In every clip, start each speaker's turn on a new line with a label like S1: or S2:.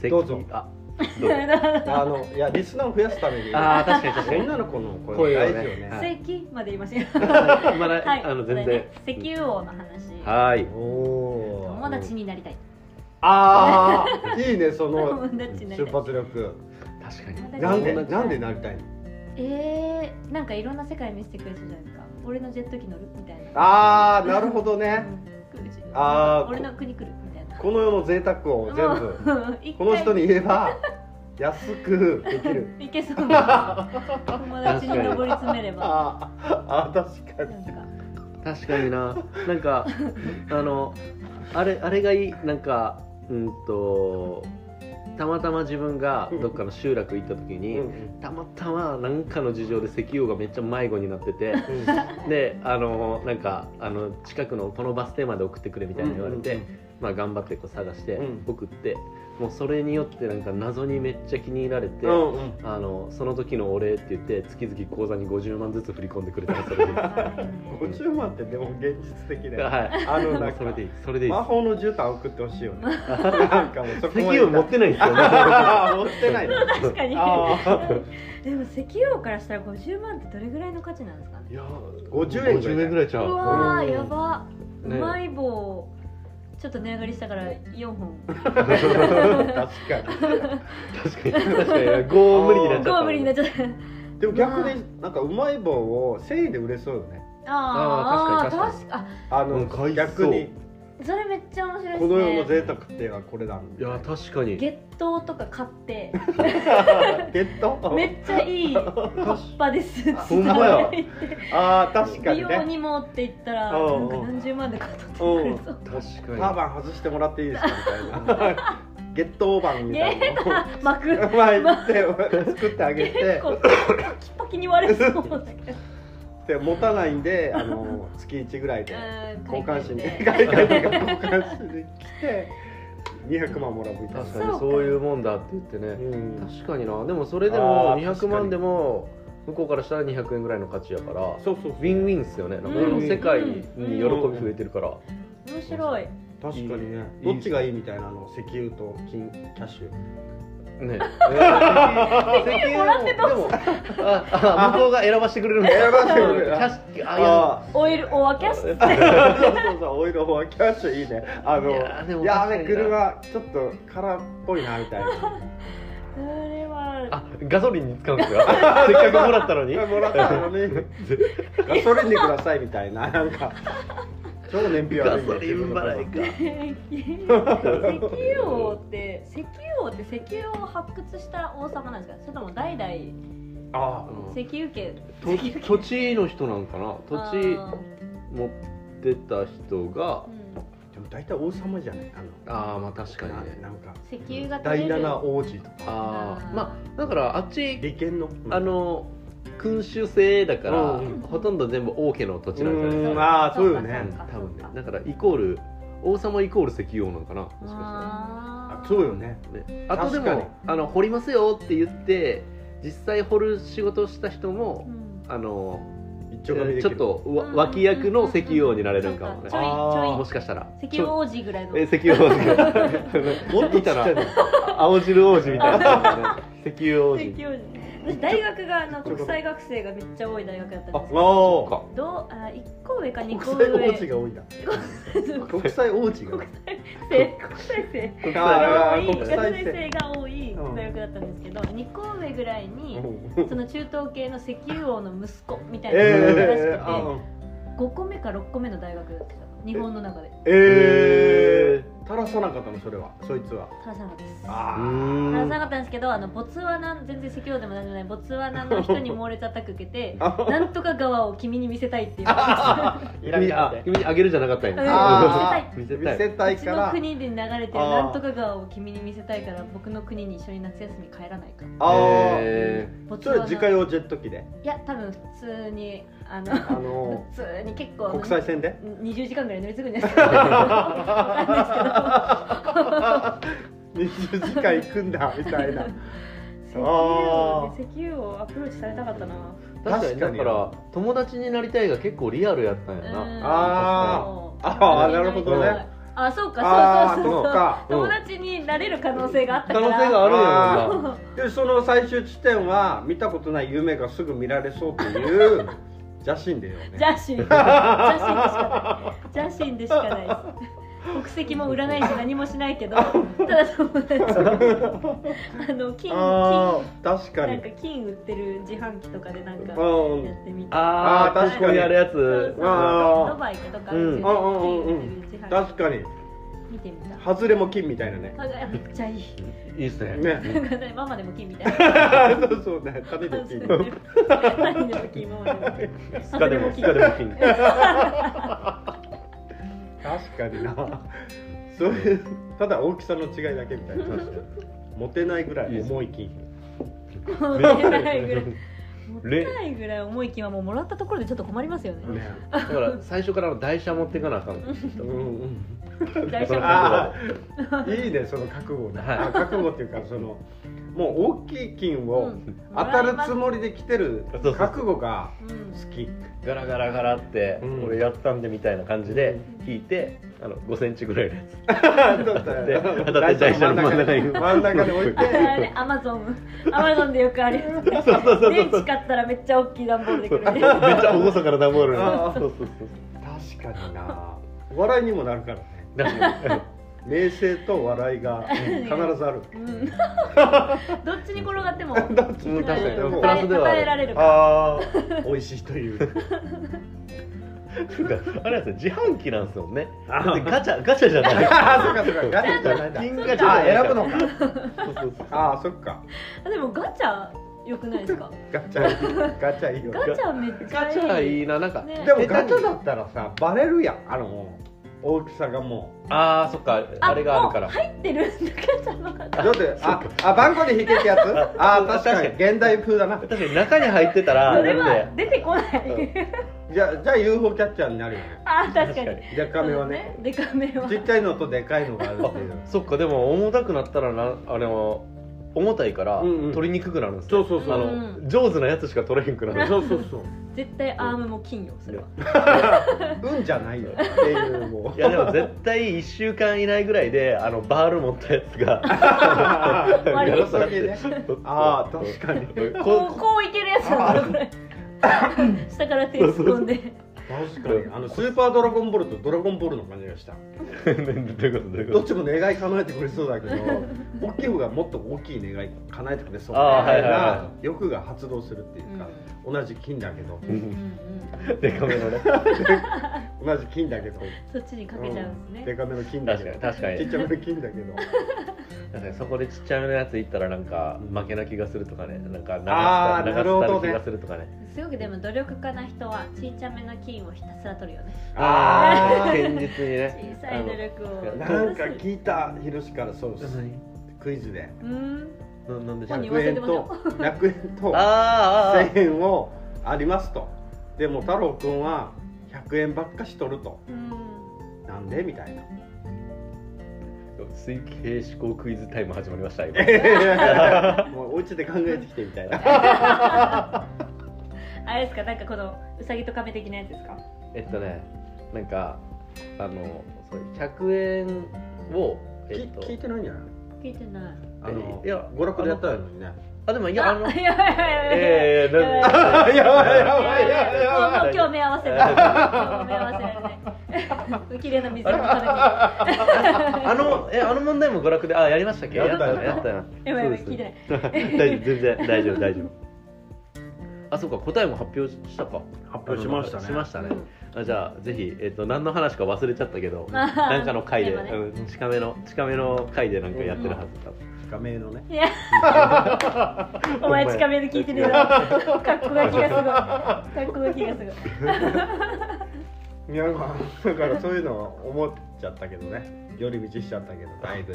S1: 席
S2: どうぞ
S1: あ
S2: あのいやリスナーを増やすために
S1: あー確かに確かに
S2: 女の子の声大事よね
S1: は声をねい
S3: 咳まで言いましたよ
S1: まだ、
S3: はい
S1: あの
S3: それ
S1: 全然
S3: ね石油王の話
S1: はーい
S2: おお
S3: 友達になりたい
S2: ああ いいねその
S3: 友達にな
S2: 出
S3: りたい
S2: 発力
S1: 確かに
S3: 友達
S2: なんで
S3: 友達
S2: なんでなりたいの
S3: えー、なんかいろんな世界見せてくれそうじゃないですか俺のジェット機乗るみたいな
S2: ああなるほど
S3: う
S2: ね
S3: ん来るし
S2: あー
S3: 俺の国来るみたいな
S2: この世の贅沢を全部
S3: もう一回
S2: この人に言えば安くできる
S3: いけそうな友達に上り詰めれば
S2: あーあー確か
S3: なんか
S1: 確かにななんか あのあれあれがいいなんかうんとたまたま自分がどっかの集落行った時
S2: に、
S1: に、
S2: うんうん
S1: たまたま何かの事情で石油王がめっちゃ迷子になっててであのなんかあの近くのこのバス停まで送ってくれみたいに言われて、まあ、頑張ってこう探して
S2: うん
S1: 送って、もうそれによってなんか謎にめっちゃ気に入られて、
S2: うんうん
S1: あのその時のお礼って言って月々口座に50万ずつ振り込んでくれたらそれでいい は
S2: 50万ってでも現実的 だよ
S1: い
S2: あのなん
S1: それ
S2: か
S1: でいいそれでいいで
S2: 魔
S1: す
S2: 法の絨毯送ってほしい よねなんかもうそこ
S1: 石
S2: まで
S1: 油王持ってないんですよね
S2: あー持って ないの
S3: 確かに
S2: あ
S3: でも石油王からしたら50万ってどれぐらいの価値なんですかね
S2: いや50円ぐらい
S1: 50円ぐらいち
S3: う
S1: ゃう
S3: わーやば、
S1: ね
S3: うまい棒ちょっと値上がりしたから4本
S1: 確かに確かに
S2: 確か
S1: 5無理になっちゃっ
S3: 5
S1: た
S3: は無理になっちゃった
S2: にでも逆になんかうまい棒を1000円で売れそうよね
S3: あ
S1: あー
S3: ー
S1: 確かに
S3: 確かに
S2: あ
S1: う
S2: の
S1: ん買いそう
S2: 逆に
S3: あそれめっちゃ面白いです
S2: こ
S3: ね
S2: の世の贅沢っていうのはこれだ
S1: いや確かに
S3: 月頭とか買って
S2: ゲット
S3: めっちゃいい葉っぱです
S2: ほんま や
S3: 美
S2: あー確かに
S3: 容
S2: ね
S3: にもって言ったら
S2: う
S3: なんんか何十万で買っとってくれそう
S1: 確
S2: ター
S1: か
S2: バン外してもらっていいですかみたい なゲットオーバンみたいなのを
S3: 巻く
S2: うまいって作ってあげ
S3: 結
S2: て
S3: 構パキパキに割 れそうだけど
S2: で持たないんであの月1ぐらいで交換しに
S3: で
S2: 外貨とか 交換しに来て200万もらうみ
S1: に
S2: たい
S1: 確
S2: な
S1: かにそういうもんだって言ってね
S2: うん
S1: 確かになでもそれで
S2: あ
S1: も
S2: ー確か
S1: 200
S2: に
S1: 万でも向こうからしたら200円ぐらいの価値やから
S2: そうそうそう
S1: ウィンウィンっすよねなんか
S2: うん
S1: この世界に喜び増えてるから
S3: 面白い
S2: 確かにね
S1: いい
S2: どっちがいいみたいなの石油と金キャッシュ
S1: ね石 油もらってどうああ向こうが選ばしてくれるんだ
S2: 選ばせてくれる
S1: キャッシュあいや
S2: あ
S3: オイルお分 けして
S2: あそうそうそうオイルはキャッシュいいねあの
S1: いやーでも
S2: や
S1: 確か
S2: べ
S1: にな
S2: 車ちょっと空っぽいなみたいな
S3: それは
S1: あガソリンに使うんですよ せっかく もらったのに
S2: もらったのにガソリンでくださいみたいななんか超燃費
S1: ガ
S2: 悪い
S1: ソリン払いか
S3: 石油王って石油王って石油を発掘した王様なんですかそれとも代々
S2: ああ
S1: うん
S3: 石油家
S1: と土地の人なんかな土地
S3: あ
S1: 持ってた人が
S3: ーうん
S2: でも大体王様じゃないあの
S1: ああまあ確かに
S2: な
S1: ね
S2: なんか
S3: 石油が取
S2: 第
S3: れる
S2: 七王子とか
S1: ああまあだからあっち
S2: 利権の
S1: あの君主制だから、
S2: うんうん
S1: ほとんど全部王家の土地
S2: う
S1: なんじゃないです
S2: ー
S1: か、
S2: んああそうよね
S3: そうか
S1: 多分ねだからイコール王様イコール石油王なのかなもしか
S3: あ
S2: あ
S3: ー
S2: そうよね
S1: したら、ね、あとで
S2: 確かに
S1: もあの掘りますよって言って実際掘る仕事をした人も、
S3: うん
S1: あの
S2: 一
S1: ち
S2: 丁紙でき
S1: ょっ
S2: る
S1: とわ
S3: うん
S1: 脇役の石油王になれるんかも
S3: うん
S1: ね
S3: ちょいち
S2: あー
S1: も
S3: ょ
S1: しかしたら
S3: い石油王子ぐらいの
S1: え石油王子が
S2: も っとちっち
S1: た
S2: ゃいの
S1: ら青汁王子みたいな、ね、石油王子
S3: 石油王子私大学があの国際学生がめっちゃ多い大学だったんですけど
S2: おー
S1: か
S3: どうあ一個上か二
S2: 国
S3: 個
S2: 際王
S3: 上
S2: 子が多いな
S3: 国
S2: 国際王子が
S3: 際国際生
S2: 国
S3: が多い
S2: 国
S3: 国際
S2: 際性
S3: 生が多い大学だったんですけど二個上ぐらいにその中東系の石油王の息子みたいなのがいるらし
S2: えー、
S3: く
S2: あ
S3: て五個目か六個目の大学だった日本の中で
S2: えー、垂らさなかったのそれはそいつは
S3: 足らさなかったです
S1: うー
S2: あ
S1: ん
S3: 話さなかったんですけどあのボツワナ全然石油でも何でもないボツワナの人に猛烈アタック受けてなんとか側を君に見せたいっていう
S2: あ
S1: 君にあ君にあげるじゃなかったんや
S3: あー
S1: 見せ
S2: 見
S1: たい
S2: せた
S3: う
S2: い
S3: ち
S2: か
S3: の
S2: ら
S3: 国で流れてるなんとか側を君に見せたいから僕の国に一緒に夏休み帰らないか
S2: あー
S1: へ
S3: ボツ
S2: そ
S3: ワ
S2: れ
S3: ナ
S2: 自家用ジェット機で
S3: いや多分普通にあの
S2: あの
S3: 普通に結構
S2: 国際線で
S3: 20時間ぐらい乗り継ぐんです けどわかんない
S2: 20時間行くんだみたいな
S3: ですけど石油
S2: あ
S3: 王
S2: ー
S3: 石油王アプローチされたかったな
S1: ー確かに
S2: 確か
S1: だ
S2: に
S1: から友達になりたいが結構リアルやったんや
S3: うん
S1: な
S2: あー
S3: そう
S2: あーなるほどね
S3: はいあそうか
S2: あ
S3: そ
S2: あ
S3: うそう
S2: そう
S3: そ
S2: っ
S3: そう
S2: か
S3: 友達になれる可能性があっ
S1: 可
S3: たか
S1: 能
S3: ら
S1: 性があるよな
S2: でその最終地点は見たことない夢がすぐ見られそうという邪神だよね
S3: ジャシンジャシンでしかないジャシンでしかないです国籍も占いし何もしないけどただ友達あの金金
S2: ああ確か
S3: な
S2: に
S3: んか金売ってる自販機とかでなんか
S2: あ
S3: や
S2: ー
S3: ってみた
S1: ああ
S2: あー
S1: 確かにあるやつ
S3: そうそう
S2: あー
S3: ドバイとかあ
S1: うん
S3: る金売ってる自販機
S2: 確かに
S3: 見てみた
S2: 外れも金みたいな ね
S3: あめっちゃいい
S1: いいっすね
S2: ね
S3: なんかねママでも金みたいな
S2: そうそうね金で金
S3: 何でも金ママでも金
S1: スカでもスカでも 金
S2: 確かになそういうただ大きさの違いだけみたいな持てないぐらい重い金
S3: もう出ないぐらい持
S1: れ
S3: ってないぐらい重い金はもうもらったところでちょっと困りますよね。
S2: ね
S1: だから最初から台車持っていかなあかんの
S2: うんうん
S3: 大丈夫。
S2: ああいいねその覚悟ね、
S1: はい
S2: あ覚悟っていうかそのもう大きい金
S3: う
S2: を
S3: ん
S2: 当たるつもりで来てる
S1: そうそう
S2: 覚悟が
S3: うん
S2: 好き
S1: ガラガラガラって、
S2: うん
S1: 俺やったんでみたいな感じで引いてあの5センチぐらいのやつ
S2: 当
S1: で当たって台車の真ん中に
S2: 真ん中に置い
S3: あ
S2: て
S3: れアマゾンアマゾンでよくあるやつ。
S1: そうそうそう
S3: 電
S1: そう
S3: 池買ったらめっちゃ大きい段ボールで
S1: そ
S3: く
S1: う
S3: る
S1: めっち
S3: ね。
S1: ゃ厳かな段ボール
S2: あ
S1: な
S2: ー
S1: そうそうそう
S2: 確かになお 笑いにもなるからね
S1: だから
S2: 名声と笑い が必ずある
S3: うんどっちに転がっても
S1: うん確かに
S2: うん
S1: プラスでは
S3: 与えられるから。
S2: ああ美味しいと いう
S1: あれなんですよ自販機なんですもんね
S2: あー
S1: だってガチャガチャじゃない
S2: ああそっかそっかガチャじゃないんだ
S1: 金ガチャじゃない
S2: あ選ぶのか
S1: そうそうそう
S2: ああそっか
S3: あでもガチャ良くないですか？
S2: ガチャいいガチャいいよ
S3: ガチャめっちゃい
S1: ガ
S3: い。
S1: チャいいななんか
S3: ね
S2: で
S1: え
S2: もガチャだ
S1: 何
S2: ったらさバレるやんあの大きさがも
S1: ああそっかあれがあるから
S3: もう入ってるんだガチャの
S2: う
S3: 中。
S2: だってああ番号で引いてるやつあ確かに
S1: 確
S2: 現代風だな
S1: 確かに中に入ってたら
S3: それ
S1: なん
S3: は
S1: で
S3: 出てこない。
S2: じゃあじゃあ UFO キャッチャーになるよね
S3: あ確かに。
S2: でかめはね。
S3: デカめは。
S2: ちっちゃいのとでかいのがあるっていう
S1: あそっかでも重たくなったらなあれも重たいから
S2: うんうん
S1: 取りにくくなるんです
S2: そ
S1: よ
S2: うそうそう
S1: あ
S3: う
S1: の上手なやつしか取れへんくなる
S2: そうそうそう
S3: 絶対アームも金よそれは。
S2: 運じゃないよっていうも
S1: いうやでも絶対1週間以内ぐらいであのバール持ったやつが
S3: 割り
S2: それねああ確かに
S3: こう
S1: こ
S3: こういけるやつなんだこれ。下から手突っ込んで。
S2: 確かにあのスーパードラゴンボールとドラゴンボールの感じがした
S1: うどういうことどういう
S2: ど
S1: こ
S2: っ
S1: と
S2: ちも願い叶えてくれそうだけど大きい方がもっと大きい願い叶えてくれそう
S1: あ
S2: み
S1: ー
S2: た
S1: はいいはいはい
S2: な欲が発動するっていうか、同じ金だけど
S3: うんうんうん
S1: デカめのね
S2: 同じ金だけど
S3: そっちにかけちゃうんです
S2: デ
S3: ね。
S2: カめの金だけ
S1: 確か
S2: ど
S1: に確か
S2: ちっ
S1: に
S2: ちゃめの金だけど
S1: 確かにそこでちっちゃめのやついったらなんか負けな気がするとかねなんか流
S2: あ
S1: した
S2: ー
S1: 流
S2: なるほ
S1: したる
S2: どね
S1: 気がするとかね
S3: すごくでも努力家な人はちいちゃめな金をひたすら取るよね。
S2: あ
S1: 堅
S2: ー
S1: 実にね
S3: 小さい努力を。
S2: なんか聞いたひろしからそうです
S1: 何
S2: クイズで
S3: うん。
S1: なんでしょ
S3: 本
S1: う
S3: 人忘れてまし
S2: と
S3: ょ
S2: 100円
S1: あー
S2: と
S1: あーあ
S2: 1000円をありますとでも太郎くんは100円ばっかし取ると
S3: うん。
S2: なんでみたい
S1: ー
S2: な
S1: 推計思考クイズタイム始まりました今
S2: もうお家で考えてきてみたいな
S3: あれですかなんかこのうさぎと亀的なやつですか。
S1: えっとねなんかあのそれ100円を
S2: き
S1: えっと
S2: 聞いてないんじゃない
S3: 聞いてない。
S2: あの
S1: えいや
S2: 娯楽でやったのにね
S1: あでもいやあの
S3: や ばいやばいやばい。
S1: ええ
S3: やばいやばい
S1: なん
S2: あ やばいや
S3: もう
S2: ばいやばいやばい
S3: もう今日目合わせない。今日目合わせられない。綺麗な水の肌
S1: あのえあの問題も娯楽であやりましたっけ
S2: やった
S1: やったやっ
S3: に。
S1: た
S3: やばいやばい
S1: そう
S3: 聞いてない。
S1: です大丈夫全然大丈夫大丈夫あそうか答えも発表したか
S2: 発表しましたね
S1: しましたねあじゃあぜひ、えっと、何の話か忘れちゃった けど
S3: あはは
S1: なんかの回で、
S3: テーマね
S1: うん、近めの近めの回でなんかやってるはずだ、
S2: 画面のね
S3: いや、お前近めで聞いてねえな。格好が気がすごい。格好が気がすごい。
S2: いやまあだからそういうのは思っちゃったけどね寄り道しちゃったけどだいぶ、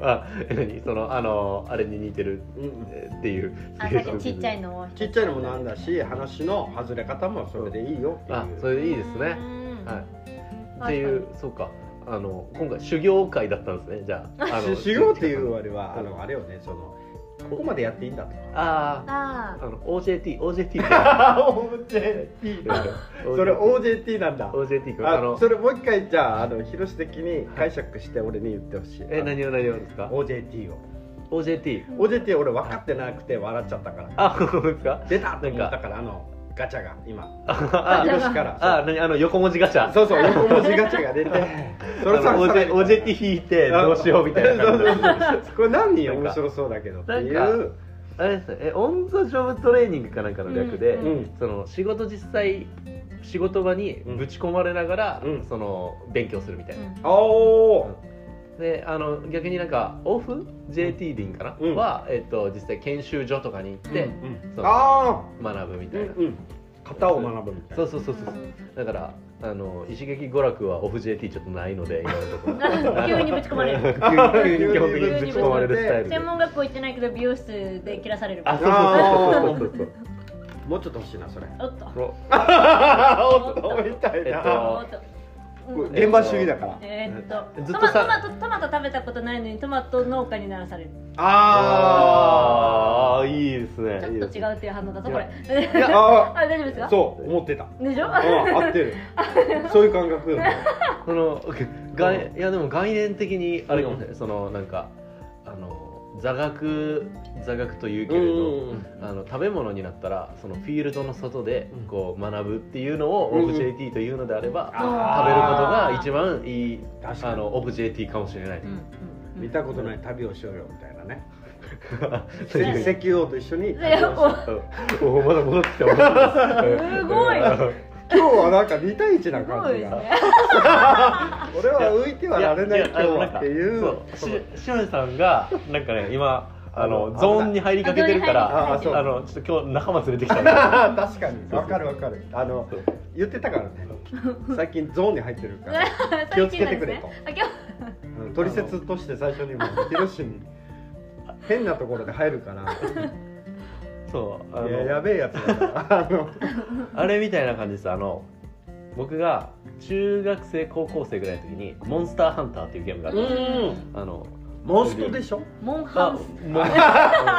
S1: あえ何そのあのあれに似てる
S2: うん、
S1: えーっていう
S3: あ、さっきちっちゃいのを。
S2: ちっちゃいのもなんだし話の外れ方もそれでいいよっていう
S1: あそれでいいですね
S3: うん
S1: はい
S3: は
S1: っ
S3: い
S1: ていうそうかあ の今回修行会だったんですねじゃああの
S2: ししようっていうあれはあのあれよねそのここまでやっていいん だと
S1: ああ
S3: あ
S1: あの OJT OJT って
S2: OJT それ OJT なんだ
S1: OJT かあ
S2: あ
S1: の
S2: それもう一回じゃああの広瀬的に解釈して俺に言ってほしい
S1: え何を何をですか
S2: OJT を
S1: OJT
S2: OJT 俺分かってなくて笑っちゃったから
S1: あ本当ですか
S2: 出たと思ったからあのガチャが今
S1: あ
S2: 広瀬から
S1: あ何あの横文字ガチャ
S2: そうそう横文字ガチャが出て それ
S1: あ
S2: さ
S1: の OJ
S2: さらに
S1: OJT 引いてどうしようみたいな感じ
S2: そうそうそうこれ何人面白そうだけどってい
S1: なん
S2: う
S1: あれですねえオン・ザ・ジョブトレーニングかなんかの略で、
S3: うんうん
S1: その仕事実際仕事場にぶち込まれながら、
S2: うん
S1: その勉強するみた
S3: ー
S1: いな、
S3: うん
S2: おー
S1: であの逆になんかオフ JT でいいんかな、
S2: うん
S1: は、えっと、実際研修所とかに行って
S2: うん
S1: そう
S2: あ
S1: 学ぶみ
S2: ー
S1: た
S2: う
S1: いな、
S2: んうん型を学ぶみた
S1: そ
S2: いな
S1: うそうそうそうだからあの石垣娯楽はオフ JT ちょっとないので今のところ
S3: 急にぶち込まれる
S1: 急に急に基本的にぶち込まれるスタイルで
S3: 専門学校行ってないけど美容室で切らされる
S1: あ
S3: う
S1: そうそうそうそうそう
S2: もうちょっと欲しいなそれ
S3: おっと
S1: そうお
S2: おっとみたい
S1: えっ
S2: な
S1: と
S3: おっと
S2: こ
S3: うん
S2: れ現場主義だから
S3: えーっと
S1: ずっ
S3: ト
S1: と
S3: マ
S1: さ
S3: トマトトマト食べたことないのにトマト農家にならされる
S1: あ
S2: あ
S1: あいいですね
S3: ちょっ
S1: いい
S3: と
S1: です
S3: 違
S1: ね
S3: うっていう反応だぞこれ
S2: ーいや
S3: あ
S2: あ
S3: 大丈夫です
S2: ー
S3: か
S2: そう思ってた
S3: でしょ
S2: あー合ってるそういう感覚よね
S1: その概いやでも概念的にあれかもしれない、そのなんかあの座学座学というけれど、あの食べ物になったらそのフィールドの外で
S2: うん
S1: こう学ぶっていうのを
S2: うん
S1: オブジェ JT というのであれば、食べること
S3: あ
S1: が一番いい
S2: 確かに
S1: あのオブジェ JT かもしれない、
S3: うんうん
S2: 見たことない旅をしようよみたいなね
S1: そういうふうに
S2: 石王と一緒に
S3: いやお
S1: おまだ戻ってきた す
S3: すごい
S2: 今日はなんか2対1な
S3: すご
S2: 感
S3: い
S2: じ
S3: です
S2: が
S3: ね
S2: 俺は浮いてはられない
S1: や
S2: 今日はってい
S1: や
S2: う
S1: あのなんかそうししおりさんがなんかね今あ
S2: あ
S1: の
S2: の
S1: ゾーンに入りかけてるから
S2: ああそう
S1: あのちょっと今日仲間連れてきたんだ
S2: あ確かにわかるわかるあの
S1: そう
S2: 言ってたからね最近ゾーンに入ってるから気を
S3: 最
S2: つけ
S3: 近な
S2: て
S3: ん
S2: く
S3: です
S2: れ
S3: ね
S2: と
S3: あ今日
S2: うん取説として最初にもう広島に変なところで入るから
S1: そうあ
S2: いや
S1: の
S2: やべえやつだからあの
S1: あれみたいな感じですあの僕が中学生高校生ぐらいの時に「モンスターハンター」っていうゲームがあって
S2: ん
S1: あの
S2: モンストでしょ
S3: モンハ
S1: あ
S3: ンス
S1: モンモンモンスト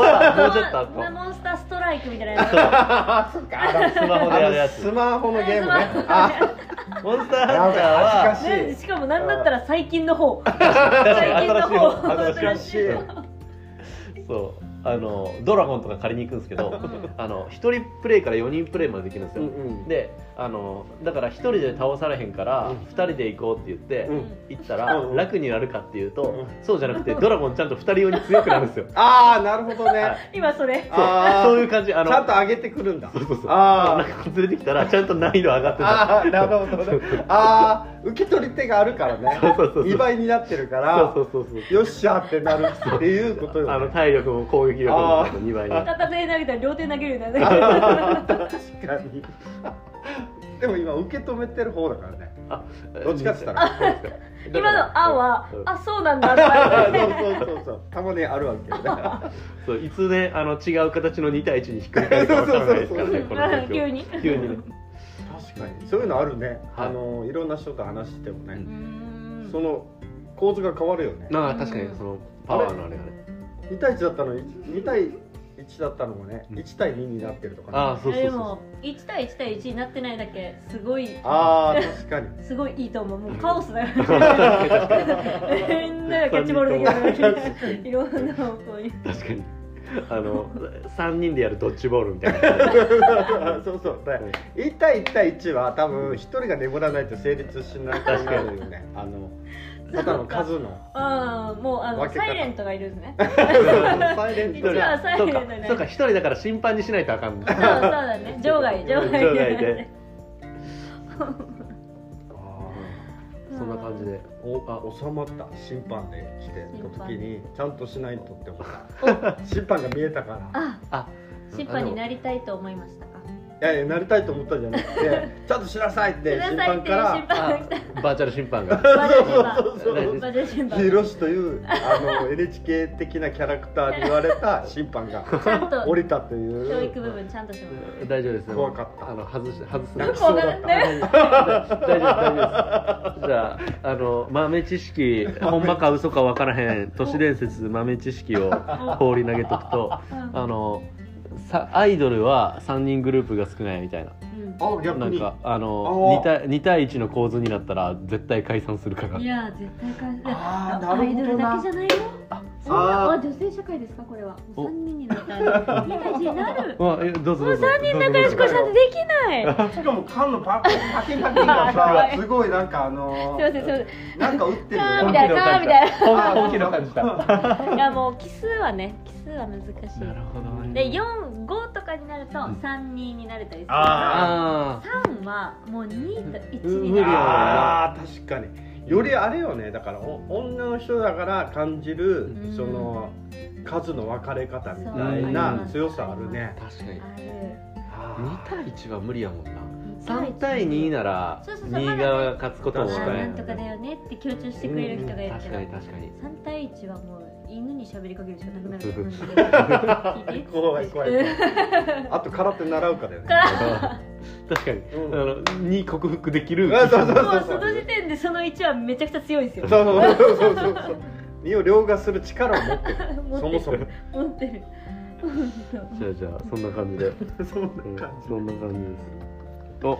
S1: はもうちょっとあった
S3: モンスターストライクみたいなやつ
S2: あそっかあの
S1: スマホでやるやつ
S2: スマホのゲームね あ
S3: あ
S1: モンスターハンターは
S2: やべ恥ずかしい
S3: ねしかもなんだったら最近の方
S1: 確かに新しい方
S3: 最近の方
S1: 新しい方そうあのドラゴンとか借りに行くんですけど
S3: うん
S1: あの1人プレイから4人プレイまでできるんです
S2: う
S1: よ、
S2: んうん
S1: であのだから1人で倒されへんから
S2: うん
S1: 2人で行こうって言って、
S2: うん
S1: 行ったら
S2: うん
S1: 楽になるかっていうと、
S2: う
S1: そうじゃなくてドラゴンちゃんと2人用に強くなるんですよ
S2: ああなるほど
S1: は
S2: ね
S3: 今それ
S2: あー
S1: そういう感じあの
S2: ちゃんと上げてくるんだ
S1: そうそうそう
S2: あー
S1: なんか連れてきたらちゃんと難易度上がってた
S2: ああなるほどねああ受け取り手があるからね
S1: そうそうそう
S2: 2倍になってるから
S1: そうそうそうそう
S2: よっしゃってなるっていうことよ、ね、
S1: あの体力も攻撃力も2倍に
S3: 片手で投げたら両手で投げるようになる
S2: 確かにでも今受け止めてる方だからねどっちかっつった
S1: ら
S2: ら
S3: 今の「あ」は
S1: う
S3: 「
S1: ん
S3: あそうなんだ」だ
S2: そうそうそうそうたまにあるわけよね
S1: そういつねあの違う形の2対1にひっくり返るかわからないですからね
S2: そう
S1: この状況
S3: 急に
S1: 急にね
S2: 確かにそういうのあるね、
S1: はい
S2: あのいろんな人と話しても
S1: う
S2: ね
S3: う、ん
S2: その構図が変わるよね
S1: まあ確かにそのパワーのあれがね
S2: 2対1だったのに2対1だったのもね
S1: うん
S2: 1対2になってるとかね
S1: ああそうそうそ
S3: で
S1: うそう
S3: も1対1対1になってないだけすごい
S2: あー確かに
S3: すごいいいと思うもうカオスだ からみんながキャッチボールできるからいろんな方向に
S1: 確かにあの3人でやるドッジボールみたいな
S2: そうそうだから1対1対1は多分1人が眠らないと成立しないと思うよねあのただの数の
S3: ああもうあの
S2: 分け方
S3: サイレントがいるんですね
S2: サイレン
S1: 一
S2: ト
S1: 人
S3: じゃあサイレ
S1: そ
S3: ン
S1: う
S3: ト
S1: か
S3: になる
S1: そうか一人だから審判にしないとあかん
S3: そうそうだね場外場
S1: 場
S3: 外
S1: 外でそんな感じで
S2: おあ収まった審判で来ての時にちゃんとしないとって思った審判が見えたから
S3: あ審判になりたいと思いましたか
S2: やいやなりたいと思ったんじゃなく てちゃんとしなさいって審判か
S3: しなさ
S2: ら
S1: あバーチャル審判が
S3: バジャ審判
S2: そうそうそう
S1: そう
S3: バジャ審
S2: ヒ
S3: 判
S2: ロシというあの NHK 的なキャラクターに言われ た審判が
S3: ちゃんと
S2: 降りたという
S3: 教育部分ちゃんとしてもら
S1: 大丈夫ですよ
S2: 怖かった
S1: あの外し外す
S2: な
S1: なん
S3: う
S2: か
S3: よく わからない
S1: 大丈夫大丈夫ですじゃああの豆知 識ほんまか嘘か分からへん都市伝説豆知識を放り投げとくと
S3: うん
S1: あのさアイドルは3人グループが少ないみたいな
S3: うん
S2: あ逆
S1: なん
S2: に
S1: かあの2
S2: あ
S1: 対 ,2 対1の構図になったら絶対解散するから
S3: いやー絶対感じ
S2: あー
S3: アイドルだけじゃないよ
S2: そう
S3: ああ女性社会ですかこれはもう3人になったらいい感じに なる
S1: あえどうぞどうぞ
S3: 3人仲良しこしなんてでき ないす
S2: しかも缶のパパキパキが
S3: は
S2: さ
S3: い
S2: すごいなんかあの
S3: いませんすいません
S2: なんか打ってる
S3: カー
S2: よ
S3: みたいなカーみたい
S1: 本気の感じたな
S3: ないやもう奇数はね奇数は難し
S1: る
S3: い
S1: ほどね
S3: で45とかになると3人になれたりするから
S1: ああ
S3: 3はもう2と1
S1: うん
S3: に
S1: 無理よ
S3: なる
S2: あー確かによりあれよねだからお女の人だから感じる、
S3: うん
S2: その数の分かれ方みた
S1: そう
S2: い
S1: あり
S2: な
S1: ます
S2: 強さあるね
S1: 確かに
S3: ある
S1: 2対1は無理やもんな
S3: 二対一
S1: 3対2なら
S3: そうそうそう
S1: 2が勝つこと
S3: あ
S1: も
S2: 確
S1: な
S2: か
S3: ー
S1: い
S3: なんとかだよねって強調してくれる人がいるけ
S1: 確
S3: ど
S1: かに確かに
S3: 三対一はもう犬に喋りかけるしかなくなる感じで聞い て
S2: 怖い怖い怖いあと空手習うかだよね
S3: から
S1: 確かに
S2: う
S1: あ
S2: ん
S1: の2克服できる
S2: うんそうそう
S3: もうその時点でその1はめちゃくちゃ強いん ですよ
S2: そうそうそうそうそうそう身を凌駕する力を持ってる
S3: 持って
S2: そ
S3: る
S2: もそも
S3: 持ってる
S1: じゃあじゃあそんな感じで
S2: そん
S1: うん
S2: な感じ
S1: そんな感じですお